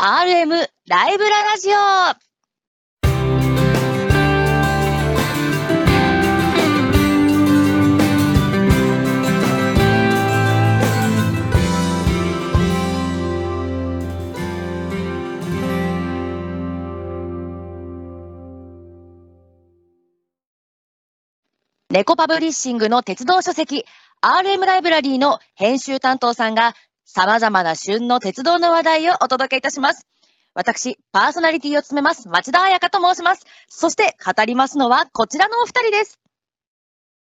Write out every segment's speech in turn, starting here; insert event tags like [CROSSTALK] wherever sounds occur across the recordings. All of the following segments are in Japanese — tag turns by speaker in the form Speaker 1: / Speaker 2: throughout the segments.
Speaker 1: RM ライブララジオ猫パブリッシングの鉄道書籍 RM ライブラリーの編集担当さんが様々な旬の鉄道の話題をお届けいたします。私、パーソナリティを務めます、町田彩香と申します。そして、語りますのは、こちらのお二人です。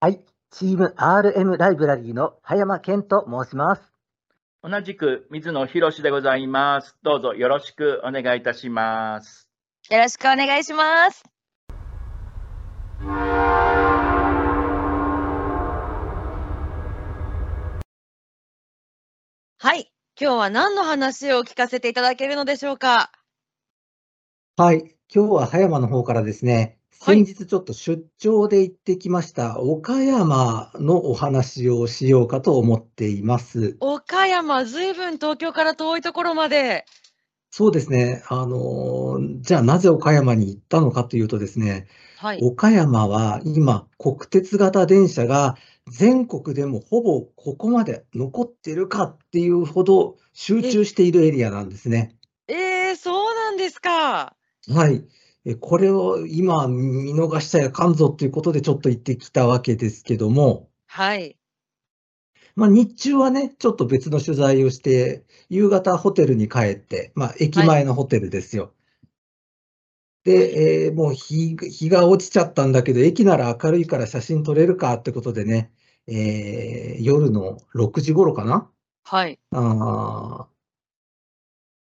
Speaker 2: はい、チーム RM ライブラリーの葉山健と申します。
Speaker 3: 同じく水野博史でございます。どうぞよろしくお願いいたします。
Speaker 1: よろしくお願いします。はい、今日は何の話を聞かせていただけるのでしょうか。
Speaker 4: はい、今日は葉山の方からですね、
Speaker 1: はい
Speaker 4: 先日ちょっと出張で行ってきました岡山のお話をしようかと思っています。
Speaker 1: 岡山、ずいぶん東京から遠いところまで。
Speaker 4: そうですね、あのーじゃあなぜ岡山に行ったのかというとですね、
Speaker 1: はい。
Speaker 4: 岡山は今、国鉄型電車が全国でもほぼここまで残ってるかっていうほど集中しているエリアなんですね。
Speaker 1: えー、そうなんですか。
Speaker 4: はい。えこれを今見逃しちゃいかんぞということでちょっと行ってきたわけですけども、
Speaker 1: はい。
Speaker 4: まあ、日中はね、ちょっと別の取材をして、夕方ホテルに帰って、まあ、駅前のホテルですよ。で、えーもう日、日が落ちちゃったんだけど、駅なら明るいから写真撮れるかってことでね、えー夜の6時頃かな
Speaker 1: はい。
Speaker 4: あ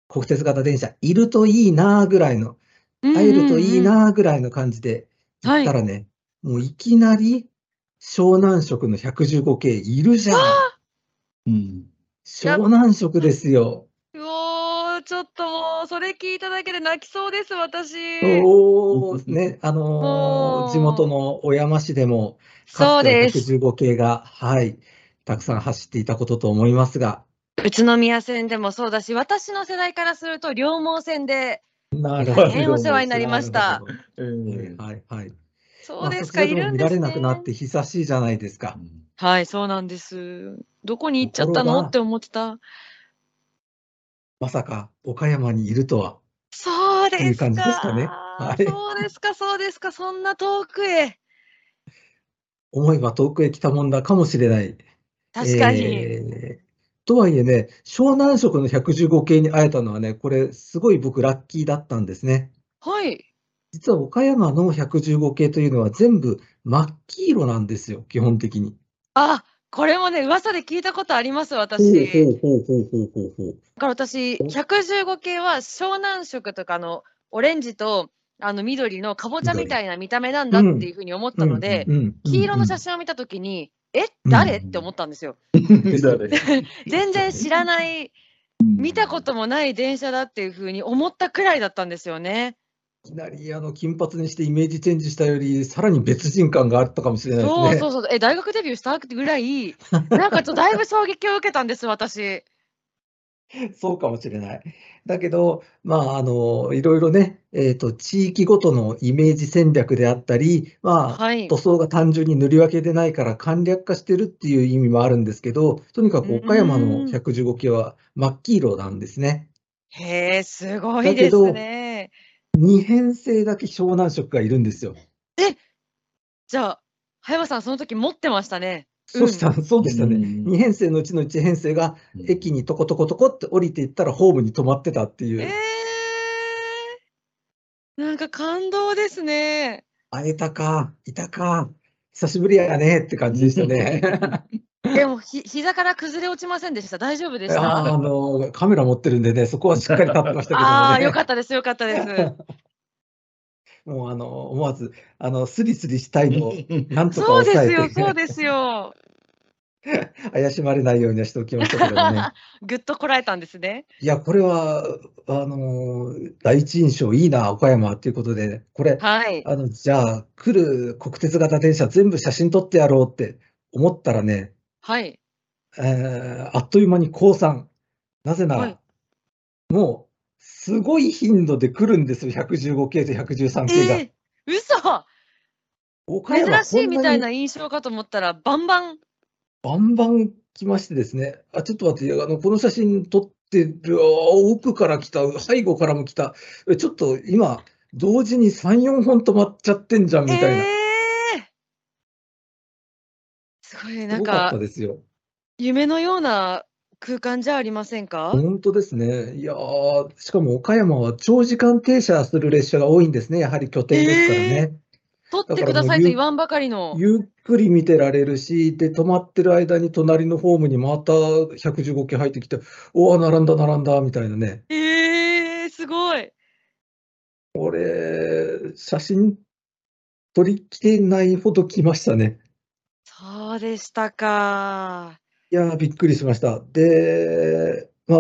Speaker 4: ー国鉄型電車、いるといいなーぐらいの入るといい
Speaker 1: うんうんうん。
Speaker 4: なぐらいの感じで
Speaker 1: はい
Speaker 4: 行ったらね、もういきなり湘南色の115系いるじゃん。うん、湘南色ですよ。
Speaker 1: うおー、ちょっともう、それ聞いただけで泣きそうです、私。
Speaker 4: おーね、あの
Speaker 1: おー
Speaker 4: ー地元の小山市でも、
Speaker 1: そ
Speaker 4: か
Speaker 1: う
Speaker 4: つて
Speaker 1: で
Speaker 4: は
Speaker 1: す。
Speaker 4: 115系が、はい、たくさん走っていたことと思いますが、
Speaker 1: 宇都宮線でもそうだし、私の世代からすると、両毛線で、
Speaker 4: なる
Speaker 3: 大
Speaker 1: 変お世話になりました
Speaker 4: なる
Speaker 3: う
Speaker 4: ほどねはいはい。
Speaker 1: そうで
Speaker 4: まあ
Speaker 1: すか、
Speaker 4: そち
Speaker 1: い
Speaker 4: らで
Speaker 1: る
Speaker 4: も
Speaker 1: ん
Speaker 4: 見
Speaker 1: で
Speaker 4: ら
Speaker 1: す
Speaker 4: れなくなっ
Speaker 1: ね。
Speaker 4: て久しいじゃないですか。
Speaker 1: はい、そうなんです。どこに行っちゃっ
Speaker 4: とこ
Speaker 1: た
Speaker 4: ろが
Speaker 1: のって思ってた。
Speaker 4: まさか岡山にいるとは。
Speaker 1: そう
Speaker 4: てい
Speaker 1: で
Speaker 4: う
Speaker 1: すか。
Speaker 4: 感じですかねはい
Speaker 1: そうですか、そうですか、そんな遠くへ。
Speaker 4: 思えば遠くへ来たもんだかもしれない。
Speaker 1: 確かに。
Speaker 4: えーとはいえね、湘南色の115系に会えたのはね、これ、すごい僕、ラッキーだったんですね。
Speaker 1: はい。
Speaker 4: 実は岡山の115系というのは、全部真っ黄色なんですよ、基本的に。
Speaker 1: あ、これもね、噂で聞いたことあります、
Speaker 4: ほう
Speaker 1: 私。だ
Speaker 4: ほうほうほうほうほう
Speaker 1: から私、115系は湘南色とかのオレンジとあの緑のかぼちゃみたいな見た目なんだっていうふうに思ったので、
Speaker 4: うんうんうんうん
Speaker 1: 黄色の写真を見たときに、え、誰
Speaker 4: う
Speaker 1: っ
Speaker 4: ん
Speaker 1: て思ったんですよ。
Speaker 3: ん。
Speaker 1: 全然知らない、見たこともない電車だっていうふうに思ったくらいだったんですよね。
Speaker 4: いきなりあの金髪にしてイメージチェンジしたより、さらに別人感があったかもしれないですね。
Speaker 1: そうそうそう、え、大学デビューしたぐら
Speaker 4: [LAUGHS]
Speaker 1: い、なんかちょっとだいぶ衝撃を受けたんです、私。
Speaker 4: そうかもしれない。だけど、まあ、あの、いろいろね、えっと、地域ごとのイメージ戦略であったり、まあ、
Speaker 1: はい。
Speaker 4: 塗装が単純に塗り分けでないから簡略化してるっていう意味もあるんですけど、とにかく岡山
Speaker 1: う
Speaker 4: の
Speaker 1: ん
Speaker 4: 115系は真っ黄色なんですね。
Speaker 1: へえ、すごい
Speaker 4: だ
Speaker 1: で
Speaker 4: け
Speaker 1: す
Speaker 4: ど
Speaker 1: ね。
Speaker 4: 二編成だけ湘南色がいるんですよ。
Speaker 1: じゃあ、葉山さん、その時持ってましたね。
Speaker 4: そうしたら、そうでしたね。
Speaker 3: うん
Speaker 4: 二編成のうちの一編成が駅にトコトコトコって降りていったらホームに止まってたっていう
Speaker 1: え。ー、なんか感動ですね。
Speaker 4: 会えたか、いたか、久しぶりやねって感じでしたね。
Speaker 1: でも、ひ膝から崩れ落ちませんでした。大丈夫で
Speaker 4: [LAUGHS]
Speaker 1: し
Speaker 4: あ
Speaker 1: た。
Speaker 4: ーあのカメラ持ってるんでね、そこはしっかり立ってましたけどもね。
Speaker 1: [LAUGHS] ああー、よかったです、よかったです。
Speaker 4: もうあの思わずあのスリスリしたいのをなん [LAUGHS] とか
Speaker 1: そうで
Speaker 4: 抑え
Speaker 1: す
Speaker 4: て
Speaker 1: よ、そうですよ。
Speaker 4: 怪しまれないようにはしておきましたけども
Speaker 1: [LAUGHS]
Speaker 4: ね。
Speaker 1: ぐっとこらえたんですね。
Speaker 4: いやこれはあの第一印象いいな岡山っていうことでこれ
Speaker 1: はい。
Speaker 4: あのじゃあ来る国鉄型電車全部写真撮ってやろうって思ったらね
Speaker 1: はい。
Speaker 4: えーあっという間に降参。なぜなら、
Speaker 1: はい
Speaker 4: もうすごい頻度で来るんですよ、115系と113系が。
Speaker 1: えー、嘘
Speaker 4: 岡山
Speaker 1: 珍しい
Speaker 4: こんに
Speaker 1: みたいな印象かと思ったら、バンバン。
Speaker 4: バンバン来ましてですね、あ、ちょっと待って、あの、この写真撮ってる、あー奥から来た、背後からも来た、えちょっと今、同時に3、4本止まっちゃってんじゃんみたいな、
Speaker 1: えーすごい、な
Speaker 4: す
Speaker 1: ん
Speaker 4: ごかっ
Speaker 1: か
Speaker 4: た、ですよ。
Speaker 1: 夢のような空間じゃありませんか
Speaker 4: 本当ですね。いやーしかも岡山は長時間停車する列車が多いんですね、やはり拠点ですからね。
Speaker 1: 撮ってくださいと言わんばかりの。
Speaker 4: ゆっくり見てられるし、で、止まってる間に隣のホームにまた115系入ってきて、おお、並んだ、並んだ、みたいなね。
Speaker 1: えー、すごい。
Speaker 4: これ、写真撮りきれないほど来ましたね。
Speaker 1: そうでしたか。
Speaker 4: いやー、びっくりしました。で、まあ、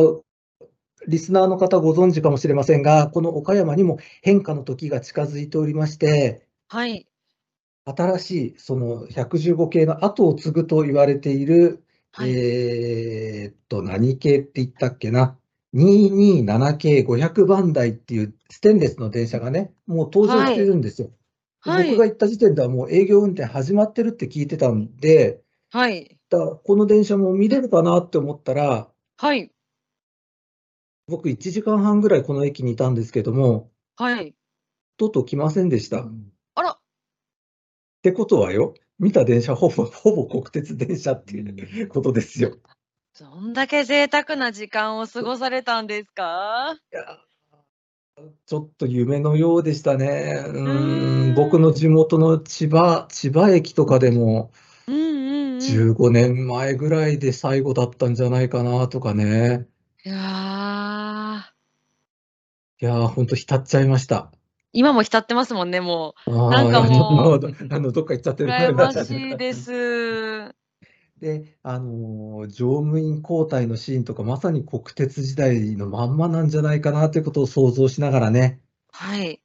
Speaker 4: リスナーの方ご存知かもしれませんが、この岡山にも変化の時が近づいておりまして、
Speaker 1: はい。
Speaker 4: 新しいその115系の後を継ぐと言われている、
Speaker 1: はい、
Speaker 4: えーっと、何系って言ったっけな、227系500番台っていうステンレスの電車がね、もう登場してるんですよ。
Speaker 1: は
Speaker 4: 僕が
Speaker 1: い。
Speaker 4: 行った時点ではもう営業運転始まってるって聞いてたんで、
Speaker 1: はい。
Speaker 4: だからこの電車も見れるかなって思ったら、
Speaker 1: はい。
Speaker 4: 僕1時間半ぐらいこの駅にいたんですけども、
Speaker 1: はい。
Speaker 4: とうとう来ませんでした。っ
Speaker 1: あら、
Speaker 4: てことはよ、見た電車ほぼ、 [LAUGHS] ほぼ国鉄電車っていうことですよ。い
Speaker 1: どんだけ贅沢な時間を過ごされたんですか
Speaker 4: やーちょっと夢のようでしたね。う
Speaker 1: うー
Speaker 4: ー
Speaker 1: ん
Speaker 4: ん、僕の地元の千葉、千葉駅とかでも
Speaker 1: うんうん、うん。い
Speaker 4: 15年前ぐらいで最後だったんじゃないかなとかね。
Speaker 1: やー
Speaker 4: いやー、ほんと浸っちゃいました。
Speaker 1: 今も浸ってますもんね、もな
Speaker 4: なん
Speaker 1: かもう
Speaker 4: あの、どっか行っちゃ [LAUGHS] って
Speaker 1: う。
Speaker 4: る
Speaker 1: 羨ましい
Speaker 4: で
Speaker 1: です。
Speaker 4: で、あのー乗務員交代のシーンとか、まさに国鉄時代のまんまなんじゃないかなということを想像しながらね、
Speaker 1: はい。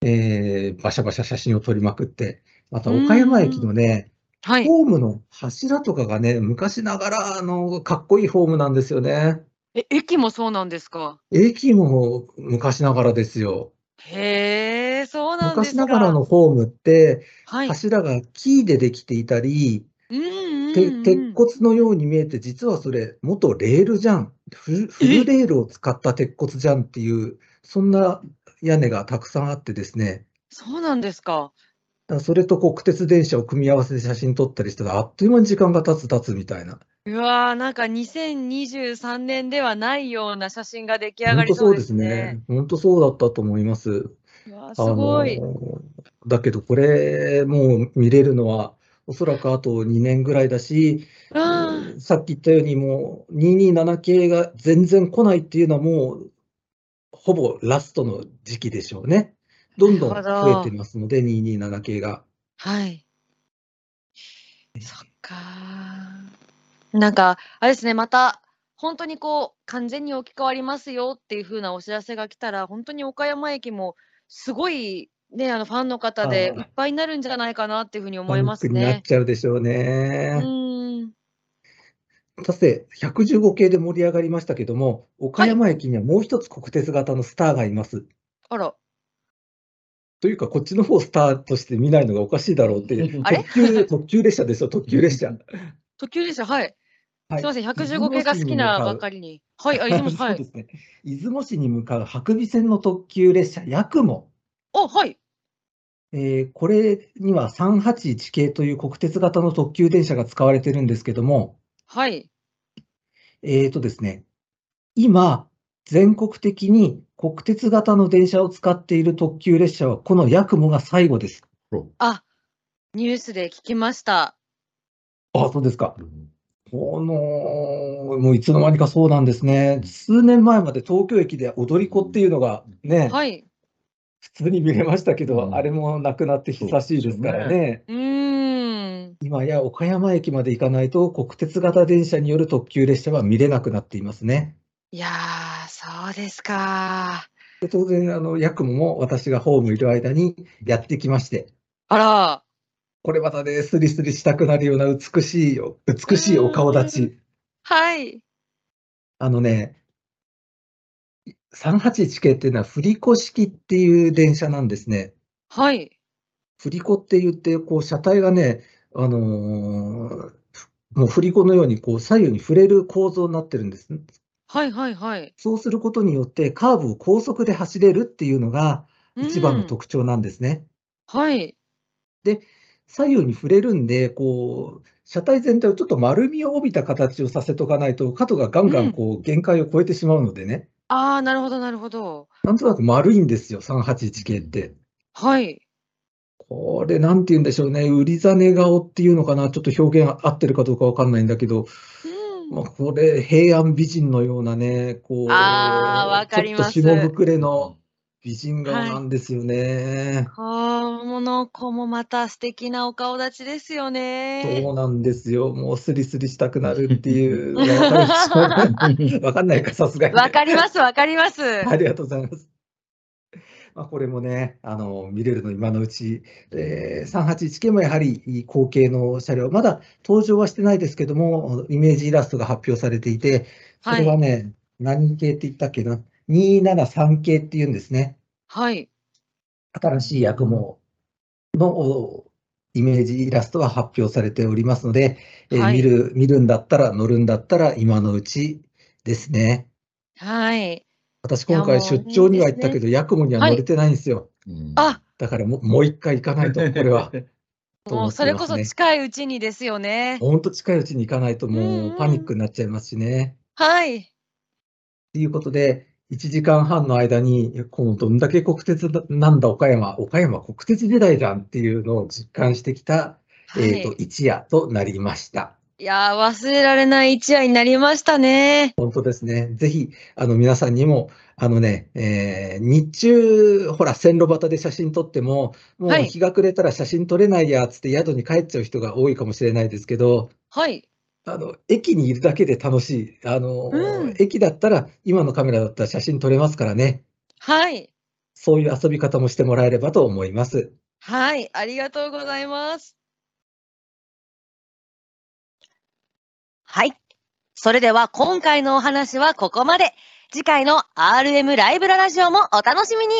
Speaker 4: えーバシャバシャ写真を撮りまくって、また岡山駅のね、
Speaker 1: はい。
Speaker 4: ホームの柱とかがね、昔ながらのかっこいいホームなんですよね。
Speaker 1: え、駅もそうなんですか
Speaker 4: 駅も昔ながらですよ。
Speaker 1: へえ、そうなんですか。
Speaker 4: 昔ながらのホームって、
Speaker 1: はい。
Speaker 4: 柱が木でできていたり、
Speaker 1: うんうん
Speaker 4: て
Speaker 1: うん
Speaker 4: 鉄骨のように見えて、実はそれ、元レールじゃん。フフルレールを使った鉄骨じゃんっていう、そんな屋根がたくさんあってですね。
Speaker 1: そうなんですか。
Speaker 4: だからそれと国鉄電車を組み合わせて写真撮ったりしたら、あっという間に時間が経つ経つみたいな。
Speaker 1: うわー、なんか2023年ではないような写真が出来上が
Speaker 4: 本
Speaker 1: り
Speaker 4: 当
Speaker 1: そ
Speaker 4: そうう
Speaker 1: で
Speaker 4: ですす
Speaker 1: ね。
Speaker 4: ね。本当そうだったと思います。
Speaker 1: うわー、す
Speaker 4: あの
Speaker 1: ごい。
Speaker 4: だけど、これ、もう見れるのは、おそらくあと2年ぐらいだし、
Speaker 1: うん。
Speaker 4: さっき言ったように、もう227系が全然来ないっていうのは、もうほぼラストの時期でしょうね。どんどん
Speaker 1: なるほど
Speaker 4: 増えてますので、227系が。
Speaker 1: はい。そっかー。なんか、あれですね、また、本当にこう、完全に置き換わりますよっていう風なお知らせが来たら、本当に岡山駅も、すごい、ね、あの、ファンの方で
Speaker 4: あー
Speaker 1: いっぱいになるんじゃないかなっていうふうに思
Speaker 4: パ
Speaker 1: い
Speaker 4: ニ
Speaker 1: ま
Speaker 4: ッ
Speaker 1: す
Speaker 4: クになっ
Speaker 1: ね。
Speaker 4: ちゃうでしょう
Speaker 1: う
Speaker 4: ね。
Speaker 1: ーん。
Speaker 4: さて、115系で盛り上がりましたけども、岡山駅にはもう一つ国鉄型のスターがいます。
Speaker 1: あら、
Speaker 4: というか、こっちの方をスターとして見ないのがおかしいだろうって、
Speaker 1: あれ
Speaker 4: 特急、特急列車ですよ、特急列車。
Speaker 1: 特急列車、はい。
Speaker 4: はい
Speaker 1: すみません、
Speaker 4: 出
Speaker 1: 115
Speaker 4: 雲
Speaker 1: 系が好
Speaker 4: 市に
Speaker 1: き
Speaker 4: 向
Speaker 1: な
Speaker 4: かう
Speaker 1: ばかりに。はい、あ、いつも、は
Speaker 4: そうで
Speaker 1: い。
Speaker 4: すね。出雲市に向かう白尾線の特急列車、やくも。
Speaker 1: お、はい。
Speaker 4: えーこれには381系という国鉄型の特急電車が使われてるんですけども、
Speaker 1: はい。
Speaker 4: えーとですね、今、全国的に国鉄型の電車を使っている特急列車は、このやくもが最後です。
Speaker 1: あ、ニュースで聞きました。
Speaker 4: あ、そうですか。この、もういつの間にかそうなんですね。数年前まで東京駅で踊り子っていうのがね、
Speaker 1: はい。
Speaker 4: 普通に見れましたけど、
Speaker 3: うん
Speaker 4: あれもなくなって久しいですから
Speaker 3: そうで
Speaker 4: ね。
Speaker 3: すよ
Speaker 1: うーん。
Speaker 4: 今や岡山駅まで行かないと、国鉄型電車による特急列車は見れなくなっていますね。
Speaker 1: いやー、そうですか。
Speaker 4: で当然、あの、ヤクモも私がホームいる間にやってきまして、
Speaker 1: あら、
Speaker 4: これまたね、スリスリしたくなるような美しいよ、美しいお顔立ち。
Speaker 1: はい。
Speaker 4: あのね、 381系っていうのは振り子式っていう電車なんですね。
Speaker 1: はい。
Speaker 4: 振り子って言って、こう車体がね、あのーふもう振り子のようにこう左右に触れる構造になってるんです。
Speaker 1: はいはいはい。
Speaker 4: そうすることによってカーブを高速で走れるっていうのが一番の特徴なんですね。
Speaker 1: 徴。はい。
Speaker 4: 左右に触れるんで、こう車体全体をちょっと丸みを帯びた形をさせとかないと角がガンガンこう限界を超えてしまうのでね、
Speaker 1: ああ、なるほどなるほど。
Speaker 4: なんとなく丸いんですよ、381系って。
Speaker 1: はい。
Speaker 4: これ、なんて言うんでしょうね、売りざね顔っていうのかな、ちょっと表現合ってるかどうかわかんないんだけど、
Speaker 1: うん
Speaker 4: まあ、これ、平安美人のようなね、こう、
Speaker 1: あーわかります
Speaker 4: ちょっと下膨れの美人顔なんですよね。
Speaker 1: この子もまた素敵なお顔立ちですよね
Speaker 4: そ。うなんですよ、もうスリスリしたくなるっていう、わかるでしょうねわかんないか、さすがに。
Speaker 1: わかりますわかります。
Speaker 4: ありがとうございます。まあ、これもね、あの見れるの今のうち、えー、381系もやはりいい後継の車両、まだ登場はしてないですけども、イメージイラストが発表されていて、そ
Speaker 1: は。
Speaker 4: れはいね、何系って言ったっけな、273系っていうんですね、
Speaker 1: はい。
Speaker 4: 新しい役ものおイメージイラストは発表されておりますので、えー
Speaker 1: はい
Speaker 4: 見る見るんだったら、乗るんだったら今のうちですね。
Speaker 1: はい。
Speaker 4: 私、今回
Speaker 1: いやもう
Speaker 4: 出張には行ったけど、ヤクモには乗れてないんですよ。
Speaker 1: あ
Speaker 4: だからもうもう一回行かないと、こ
Speaker 1: [LAUGHS]
Speaker 4: れは。
Speaker 1: もう
Speaker 4: と思ってますね
Speaker 1: それこそ近いうちにですよね。
Speaker 4: 本当近いうちに行かないと
Speaker 1: うんう
Speaker 4: も
Speaker 1: ん
Speaker 4: うパニックになっちゃいますしね。
Speaker 1: はい。
Speaker 4: ということで、1時間半の間に、このどんだけ国鉄なんだ岡山、岡山国鉄時代じゃんっていうのを実感してきた、
Speaker 1: はい。
Speaker 4: えーと一夜となりました。
Speaker 1: いやー、忘れられない一夜になりましたね。
Speaker 4: 本当ですね。ぜひ、あの、皆さんにも、あのね、えー日中、ほら、線路端で写真撮っても、もう
Speaker 1: はい
Speaker 4: 日が暮れたら写真撮れないや、つって宿に帰っちゃう人が多いかもしれないですけど、
Speaker 1: はい。
Speaker 4: あの、駅にいるだけで楽しい。あの、
Speaker 1: うん
Speaker 4: 駅だったら、今のカメラだったら写真撮れますからね。
Speaker 1: はい。
Speaker 4: そういう遊び方もしてもらえればと思います。
Speaker 1: はい。ありがとうございます。はい。それでは今回のお話はここまで。次回の RM ライブララジオもお楽しみに